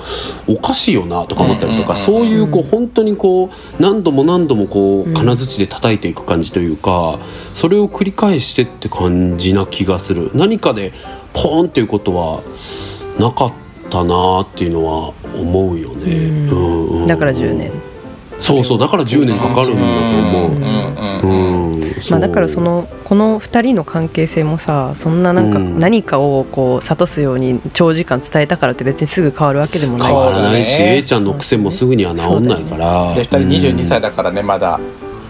おかしいよなとか思ったりとか、うんそういうこう本当にこう何度も何度もこううん金槌で叩いていく感じというかそれを繰り返してって感じな気がする何かでポーンっていうことはなかったなっていうのは思うよね。ううんうんんうんだから10年、そうそうだから10年かかるんだうんとうんうん思う。うんまそあ、うだからそのこの2人の関係性もさそんななんかうん何かをこう諭すように長時間伝えたからって別にすぐ変わるわけでもない変かわららないし、そうだね A ちゃんの癖もすぐには治んないから。で二人22歳だからねまだ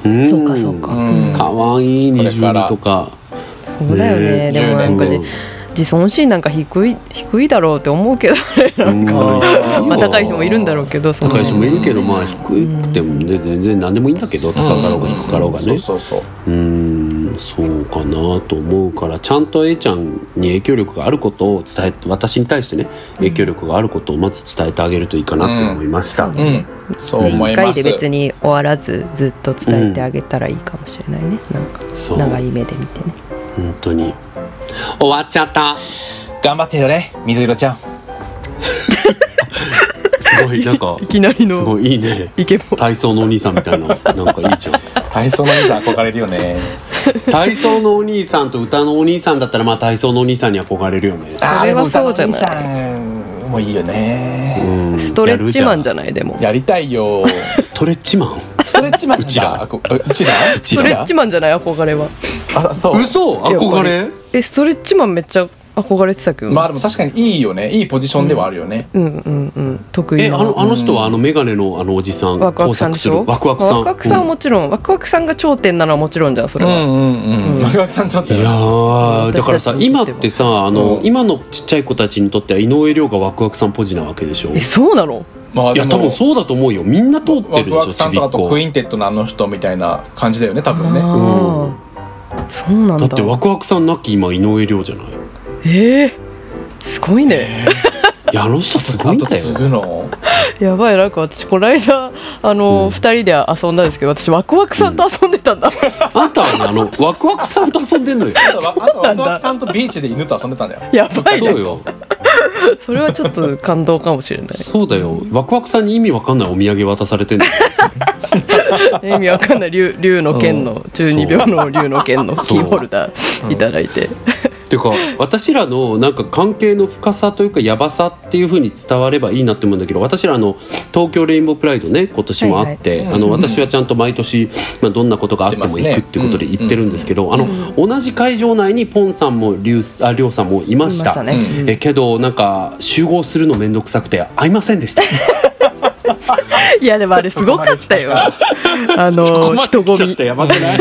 うんそうかそうか、うんかわいいこれから22とか。そうだよねねでもなんかじうん自尊心なんか低い低いだろうって思うけどねなんか、うんまあ、高い人もいるんだろうけどその高い人もいるけどまあ低くてもね全然何でもいいんだけど高かろうが低かろうがそうねそうそううんそうかなと思うからちゃんと A ちゃんに影響力があることを伝えて私に対してね影響力があることをまず伝えてあげるといいかなって思いました、うんそうで思1いま回すで別に終わらずずっと伝えてあげたらいいかもしれないね、なんかそう長い目で見てね本当に終わっちゃった頑張ってよね水色ちゃんすごいなんか いきなりの すごいいいねイケボ体操のお兄さんみたいななんかいいじゃん体操の水憧れるよね体操のお兄さんと歌のお兄さんだったらまあ体操のお兄さんに憧れるよねそれはそうじゃないいもういいよねうんストレッチマンじゃやるないでもやりたいよじゃんストレッチマンストレッチマンなんだうちらあこあうちらうちらストレッチマンじゃない憧れはあそう嘘いやこ憧れえストレッチマンめっちゃ憧れてたけどまあでも確かにいいよねいいポジションではあるよね、うんうんうん得意えあなのあの人はあの眼鏡のあのおじさんワクワクさん工作でしすょるワクワクさんワクワクさんはもちろん、ワクワクさんが頂点なのはもちろんじゃんそれは、うんうんうん。うんマガキさんちょっといやーそうだから私さたちに今とっってはてさあの、うん今のちっちゃい子たちにとっては井上涼がワクワクさんポジなわけでしょえいそうなのまあでやも多分そうだと思うよみんな通ってワるでクしワょクちさんびっとかとこクインテットのあの人みたいな感じだよね多分ね。あーそうなんだだってワクワクさんなき今井上涼じゃないいえーすごいね、やあの人すごいんあとだ継よぐの。やばいなんか私この間あうの、ん二人で遊んだんですけど私ワクワクさんと遊んでた んだ、あんたはねあのワクワクさんと遊んでんのよあとワクワクさんとビーチで犬と遊んでたんだよ。やばいねそうよそれはちょっと感動かもしれないそうだよワクワクさんに意味わかんないお土産渡されてんのよ意味わかんない竜竜の 剣の12秒の竜の剣のそうキーホルダーいただいててか私らのなんか関係の深さというかやばさっていうふうに伝わればいいなって思うんだけど私らあの東京レインボープライドね今年もあって、はいはいあうのんうん私はちゃんと毎年、まあ、どんなことがあっても行くっていうことで行ってますね行ってるんですけど、あの、同じ会場内にポンさんもリュウあリョウさんもいまいしまたしたね、うえけどなんか集合するの面倒くさくて会いませんでしたいやでもあれすごかったよ あここのまで人来混ちゃったみやばくない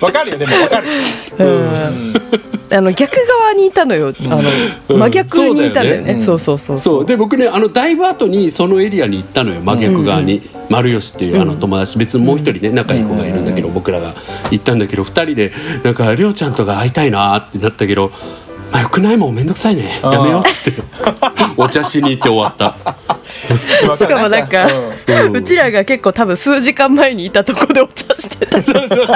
わかるよでもわかる。うんあの逆側にいたのよあうんの真逆にいたんだようんねそうそうそうそうで僕ねあのだいぶ後にそのエリアに行ったのよ真逆側に、丸吉っていうあの友達別にもう一人ね仲いい子がいるんだけど、僕らが行ったんだけど二人でなんか「りょうちゃんとが会いたいな」ってなったけど「まあ、よくないもん面倒くさいねあーやめよう」って お茶しに行って終わったわしかもなんかうんうんうちらが結構多分数時間前にいたとこでお茶してたそうそうそう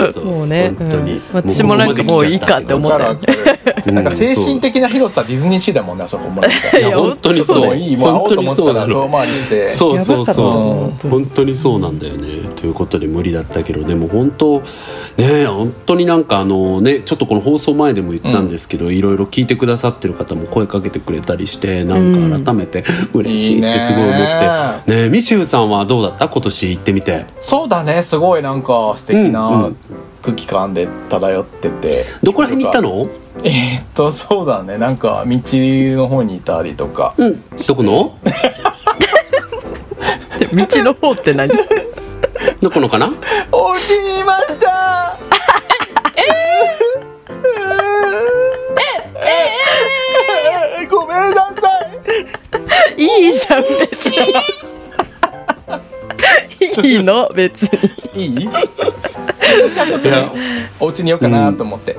そうそうもうね本当に、うん私もなんかもういいかって思わっかたるよわねかうる。んなんか精神的な広さディズニーシーだもんねあそこもなんか。いや本当にそうもういいもう会おうと思った本当にそらうなの遠回りして。そうそうやばかったなそ本当うに本当にそうなんだよねということで無理だったけどでも本当ね本当になんかあのねちょっとこの放送前でも言ったんですけど、いろいろ聞いてくださってる方も声かけてくれたりしてなんか改めて嬉しいってすごい思って、いいねねミシューさんはどうだった今年行ってみてそうだねすごいなんか素敵うんうなん空気感で漂ってて、どこら辺に行ったのえーっとそうだねなんか道の方にいたりとかうんどこの道の方って何どこのかな「お家にいました!」えーえーえーごめんなさいいじゃん別にいいの別にいいい私はちょっとねお家にようかなと思って、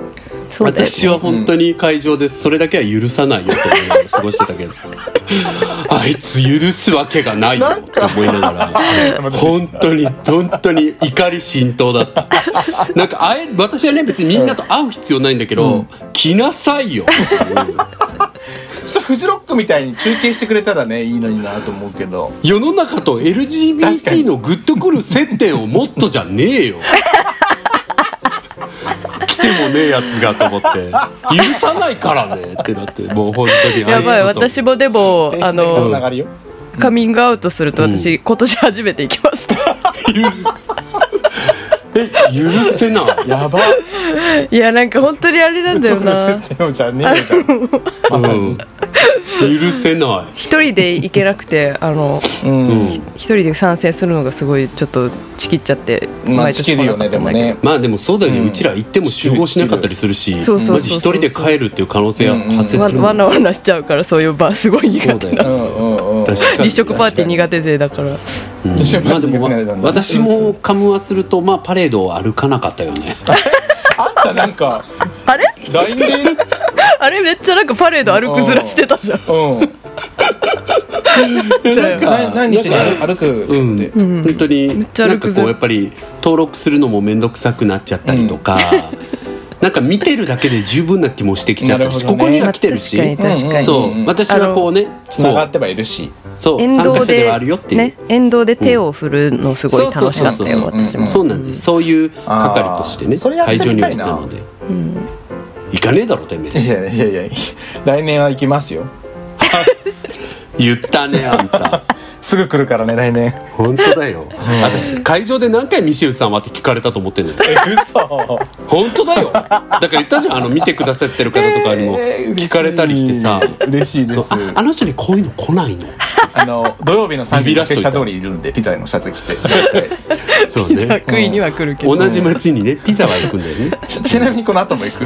そうだよ私は本当に会場でそれだけは許さないよと思いながら過ごしてたけ どあいつ許すわけがないよって思いながら。本当に本当に怒り浸透だったなんかあえ私はね別にみんなと会う必要ないんだけど、うん来なさいよちょっとフジロックみたいに中継してくれたらねいいのになと思うけど世の中と確かに LGBT のグッとくる接点をもっとじゃねえよ来てもねえやつがと思って許さないからねってなってもう本当にやばいあの私もでも精あ神的なつのながりよカミングアウトすると私、今年初めて行きましたえ許せないやばいやなんか本当にあれなんだよな接点をじゃねえよじゃんまさにうん許せな一人で行けなくてあのうんい、うん一人で参戦するのがすごいちょっとちきっちゃってまあ毎年チキるよね来なでかったんもだけどねまあでもそうだよね、ううんちら行っても集合しなかったりするしそうそうそうそうマジ一人で帰るっていう可能性は発生 わするわなわなしちゃうからそういう場すごい苦そう手だようんうんうん確かに立食パーティー苦手勢だからうん一緒にまあでもパレードに行くの私もカムワするとまあパレードを歩かなかったよねあんたなんかあれ LINE でうあれめっちゃなんかパレード歩くずらしてたじゃんんなんかな何日に歩くって、うん、ん本当にっちゃなん歩くかぜこうやっぱり登録するのも面倒くさくなっちゃったりとか、なんか見てるだけで十分な気もしてきちゃったりし、なこるほどねこには来てるし、まあ確かに確かに、うんそう、私はこうねつそながっうてはいるしそう沿参加道者でではあるよっていう、ね沿道で手を振るのすごい楽しかったよそうそうそうそう私もそうなんです、そういう係としてねあーそれやって会みた場いになは行ったので、行かねえだろてめいえやいやいや来年は行きますよ 言ったねあんたすぐ来るからね来年本当だよ私会場で何回ミシェルさんはって聞かれたと思ってんだよえ嘘本当だよだから言ったじゃんあの見てくださってる方とかにもえー聞かれたりしてさ、嬉しいでそうすああの人にこういうの来ないのあの土曜日の3ビビ時らだしとけいた下通りにいるんでピザのシャツ 着て そうね食いには来るけど、同じ町にねピザは行くんだよねちちなみにこの後も行く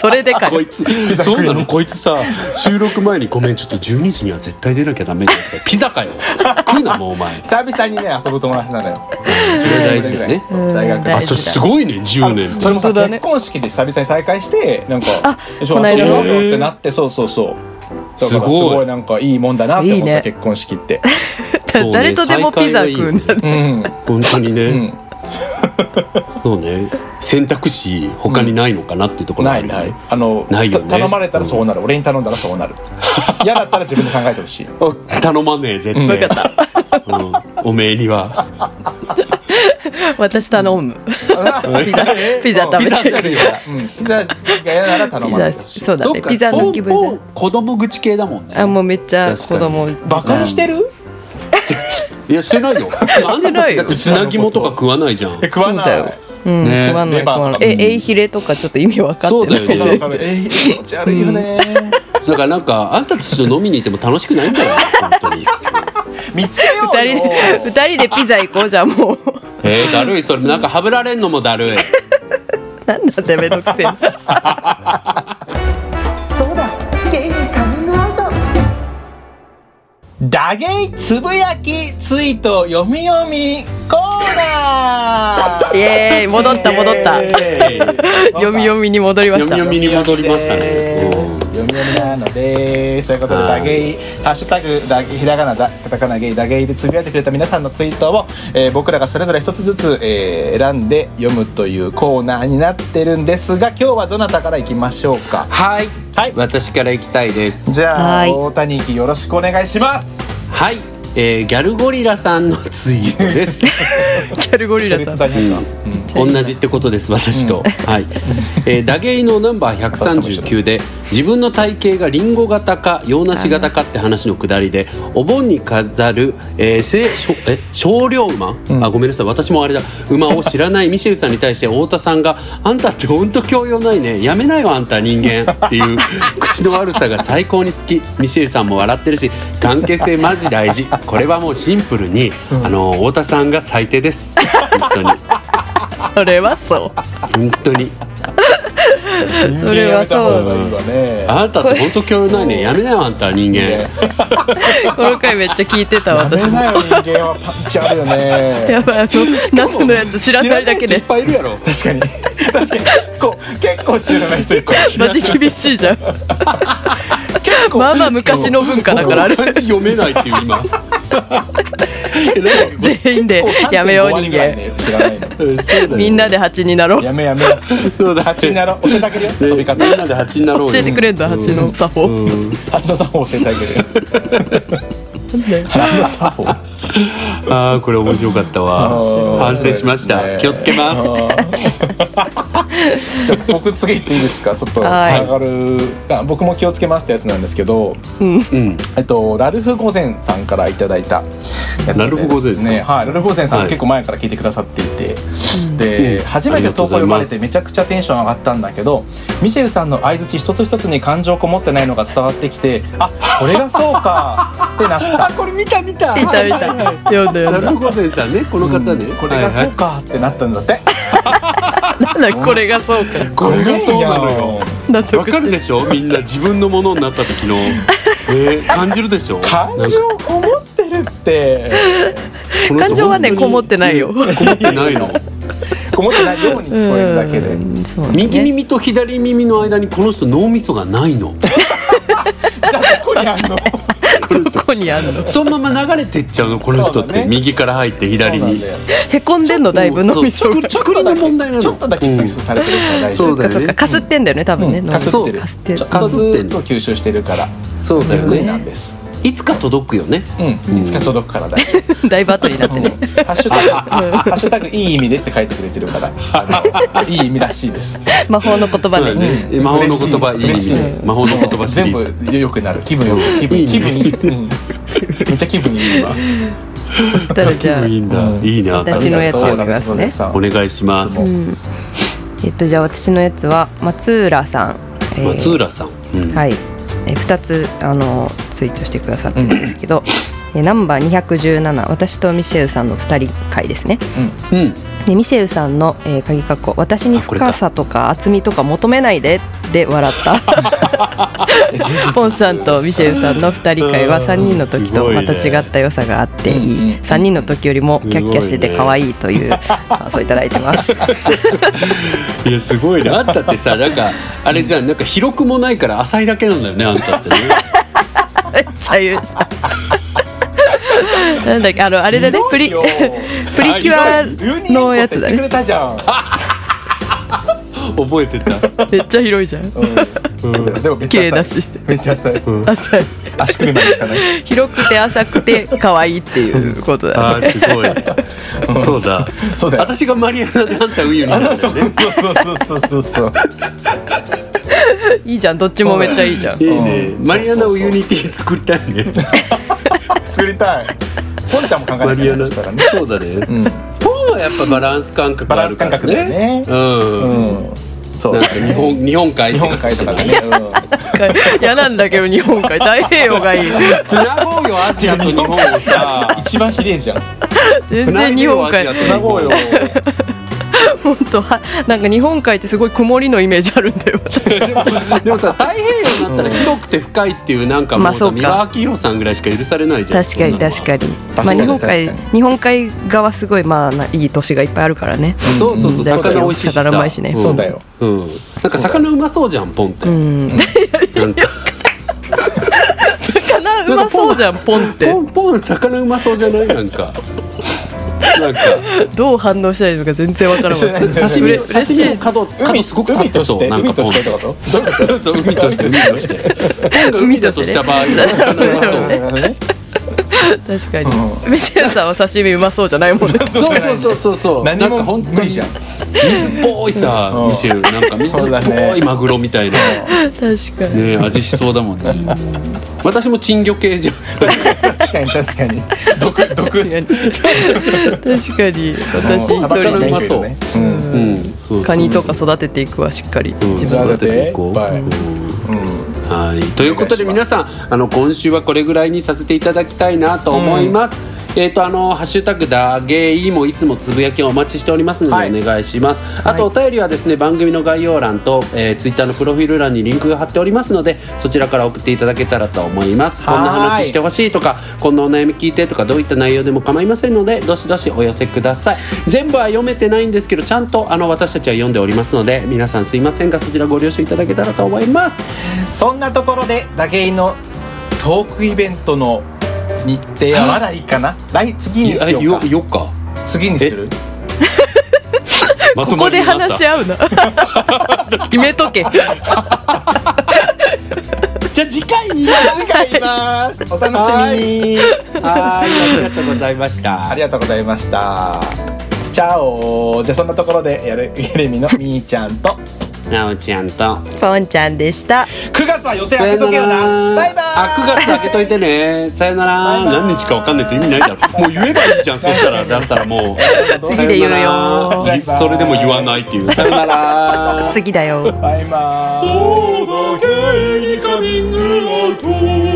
それで かこいいつそうなのこいつさ収録前に「ごめんちょっと12時には絶対出なきゃダメだ」とか「ピザかよ 食うなもうお前」久々にね遊ぶ友達なのよそれ大事だねそう大学うんあそれすごいね10年ってそれもさ、本当だね結婚式で久々に再会してなんかあ一緒こに遊の間ぼのうよってなってそうそうそうだかすらすごいごいなんかいいもんだなって思っいいたね結婚式ってそうね誰とでもピザ食うな再会がいいねうん本当にうねんそうね選択肢他にないのかなっていうところがあないるよないねあのないよねた頼まれたらそうなる俺に頼んだらそう なる嫌だったら自分で考えてほしいあ頼まねえ絶対わうんおめえには私 頼むピザ ピザ食べたいピザようんピザが嫌なら頼ピまなザいそうだそねうかピザの気分じゃポンんポン子供口系だもんねあもうめっちゃ子供バカにしてるいやして ないよあんたたちだって砂肝とか食わないじゃんえ食わなそうだいようん、ね食わないレ食バーわなといかえエイヒレとかちょっと意味わかってないそうだよねわかるえー気持ち悪いよ ねだからなんかあんたたちと飲みに行っても楽しくないんだよ本当に見つけよう二よ人で二人でピザ行こうじゃんもうえー、だるいそれなんかはぶられんのもだるいなんだってめんどくせえなそうだゲイにカミングアウトダゲイつぶやきツイート読み読みコーナーイエーイ戻った戻ったえー 読み読みに戻りま読みした読みに戻りましたねです読み読みなのでーすということではダいゲイハッシュタグダゲイひらがなだカタカナゲイダゲイでつぶやいてくれた皆さんのツイートを、えー僕らがそれぞれ一つずつ、えー選んで読むというコーナーになってるんですが今日はどなたからいきましょうかはいはい私から行きたいですじゃはあい大谷行きよろしくお願いしますはい、えー、ギャルゴリラさんのツイートですキャルゴリラそれさん伝えないか同じってことです私と、はい、えー、ダゲイのナンバー139で自分の体型がリンゴ型か洋梨型かって話のくだりでお盆に飾る、えー、せしょえ少量馬、あごめんなさい私もあれだ馬を知らないミ シェルさんに対して太田さんが「あんたってほんと教養ないねやめなよあんた人間」っていう 口の悪さが最高に好きミシェルさんも笑ってるし関係性マジ大事これはもうシンプルに、あの太田さんが最低です本当に。それはそう本当にうん人間やめたそれはそう方がいいわねあなたって本当教養ないねやめなよあんた人間この回めっちゃ聞いて たやめ私もなよ人間はパンチあるよねやばいあの夏のやつ知らないだけ知らない人いっでぱいいるやろ確かに確かに結構結構知らない人いるかもしれマないジ厳しいじゃん結構まあまあ昔の文化だからあれ漢字読めないっていう今全員でやめよう人間間知らない のみんなで蜂になろうやめやめそうだ蜂になろう教えてあげるよね飛び方みんなで蜂になろうよ教えてくれんだ蜂の作う法ん蜂の作法教えてあげるよ蜂の作法ああこれ面白かったわ反省しました気をつけますす じゃあ僕次行っていいですかちょっとつはいながるあ僕も気をつけますってやつなんですけどうんえっと、ラルフ・ゴゼンさんからいただいたやつでですねラルフゴゼンさんはい、ラルフ・ゴゼンさん、はい結構前から聞いてくださっていて、で、うん初めありて投稿がとうござい読ままれすてめちゃくちゃテンション上がったんだけどミシェルさんの相づち一つ一つに感情こもってないのが伝わってきてあこれがそうかって なった。これ見た見た見た見た読んだな読んるほどさんねこの方ねうんこれがはそいうはかってなったんだって。だなんだこれがそうかいこれがそうなのよ納得わかるでしょみんな自分のものになった時の、えー、感じるでしょ感情こもってるって感情はねこもってないよこもってない のこもってないように聞こえるだけで。うんそうね右耳と左耳の間にこの人脳みそがないのじゃあどこにあんの？どこにあるのそのまま流れてっちゃうのこの人っそうて、だね右から入って左そうなんにだよへこんでんのだいぶ脳みそそうが作りの問題なのちょっとだけう吸ん収されてるから大丈そ夫。そうっだよかねそっかかすってんだよね多分ねうん脳みそかすってるかすってるちょっとずつ吸収してるからそうだよ得意なねんです。いつか届くよねうん、いつか届くからだ。だいぶ後になって ねうんハッシュタグ、ハッシュタグいい意味でって書いてくれてるから、あのいい意味らしいです。魔法の言葉で、ねうん魔法の言葉いい意嬉味しいで魔法の言葉シ全リー部ズ良くなる気分良く気分いいね気分いい、うん、めっちゃ気分いいわそしたらじゃあ、いいんだ、うんいいな私のやつをお願いしますあねりがとうござさんお願いしまいつすもうんえっとじゃあ私のやつは松浦さん、えー松浦さん、うんはい、えー、2つあのツイートしてくださってるんですけど、えーナンバー217私とミシェウさんの2人会ですねうんでミシェウさんの、えー、鍵括弧私にあこれか深さとか厚みとか求めないでで笑ったポンさんとミシェウさんの2人会はうん3人の時とまた違った良さがあっていい、うん3人の時よりもキャッキャしてて可愛いという感想をいただいてます。いやすごいねあんたってさなん かあれじゃんなんか広くもないから浅いだけなんだよねあんたってねめっちゃ言うじゃん。なんだっけあのあれだねプリよプリキュアのやつだユニークって言ってくれねたじゃん、 覚えてためっちゃ広いじゃんうん、でもめっち綺ゃ麗だ浅いしめっちゃ浅い浅い足首までしかない広くて浅くて可愛いっていうことだあねーすごい そうだそうだよ私がマリアナであんたウユニなんだよねそうそうそうそういいじゃんどっちもめっちゃいいじゃんいいねうんマリアナそうそうそうウユニティ作りたいね作りたいポンちゃんも考えマなきリアゃナそしたらね、そうだねうんポンはやっぱバランス感覚あるからバランス感ね覚うだんうん、そうなんか日本 日本海日本海とかでね、うん嫌なんだけど日本海太平洋がいいつなごうよアジアと日本をさ一番ひでえじゃん全然日本海つつなごうよ本当はなんか日本海ってすごい曇りのイメージあるんだよ私でもさ太平洋になったら広くて深いっていうなんかもまうあさ、そうか三輪明宏さんぐらいしか許されないじゃん確かに確かに確まかあに日本海確かに日本海側すごいまあないい都市がいっぱいあるからねにそうそうそう、うん魚美味しいしさ魚うまいしねんそうだようん、なんか魚うまそうじゃんポンって、うんなんか魚うまそうじゃんポンってポンポン魚うまそうじゃないなんかなんかどう反応したらいいのか全然わからな知らないい 刺身嬉のしい刺身の角角海すごく立ってそうなん海かとポンして海としてってことそう海として海としてポンが 海だとした場合魚うまそう確かうにミシェルさんは刺身うまそうじゃないもんねそうそうそうそうそう。何もなんか本当に無理じゃん水っぽいさ、うんミシェルなんか水そうだっぽねいマグロみたいな。確かにね味しそうだもんね。私も珍魚系じゃん。確かに確かに毒毒確かに私もう一サバ魚からう人うまでまそそうう うん。そうカニとか育てていくわしっかりうん自分育てていこう。はいうんうんはい、ということで皆さんあの今週はこれぐらいにさせていただきたいなと思います。えっ、とあのハッシュタグだゲイもいつもつぶやきをお待ちしておりますので、はいお願いします。あとお便りはですね番組の概要欄と、えー、ツイッターのプロフィール欄にリンクが貼っておりますのでそちらから送っていただけたらと思います。こはいんな話してほしいとかこんなお悩み聞いてとかどういった内容でも構いませんのでどしどしお寄せください。全部は読めてないんですけどちゃんとあの私たちは読んでおりますので皆さんすいませんがそちらご了承いただけたらと思います。そんなところでダゲイのトークイベントの日程はまだいいかな来次にしようかよっか次にするまとこまこりでになった話し合う な決めとけじゃあ次回に次回いますお楽しみにはいありがとうございましたありがとうございましたチャオじゃあそんなところでやるゆるみのみーちゃんとなおちゃんとポンちゃんでした9月は予定開けとけよなバイバあ9月開けといてねさよならバイバイ何日かわかんないと意味ないだろもう言えばいいじゃ んそしたらだったらもう次で言うよさよならバイバイそれでも言わないっていうさよなら次だよイバイバイそうだゲイにカミングアウト